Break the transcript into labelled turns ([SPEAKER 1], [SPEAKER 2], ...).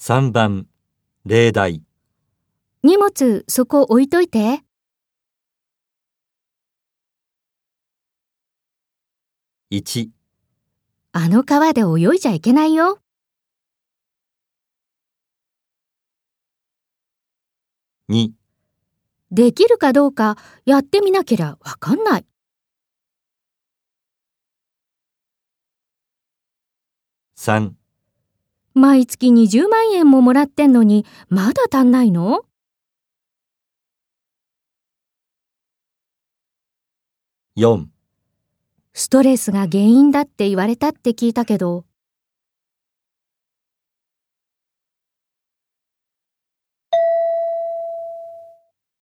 [SPEAKER 1] 3番、例題。
[SPEAKER 2] 荷物そこ置いといて。
[SPEAKER 1] 1、
[SPEAKER 2] あの川で泳いじゃいけないよ。
[SPEAKER 1] 2、
[SPEAKER 2] できるかどうかやってみなけりゃわかんない。
[SPEAKER 1] 3、
[SPEAKER 2] 毎月20万円ももらってんのにまだ足んないの
[SPEAKER 1] 4。
[SPEAKER 2] ストレスが原因だって言われたって聞いたけど、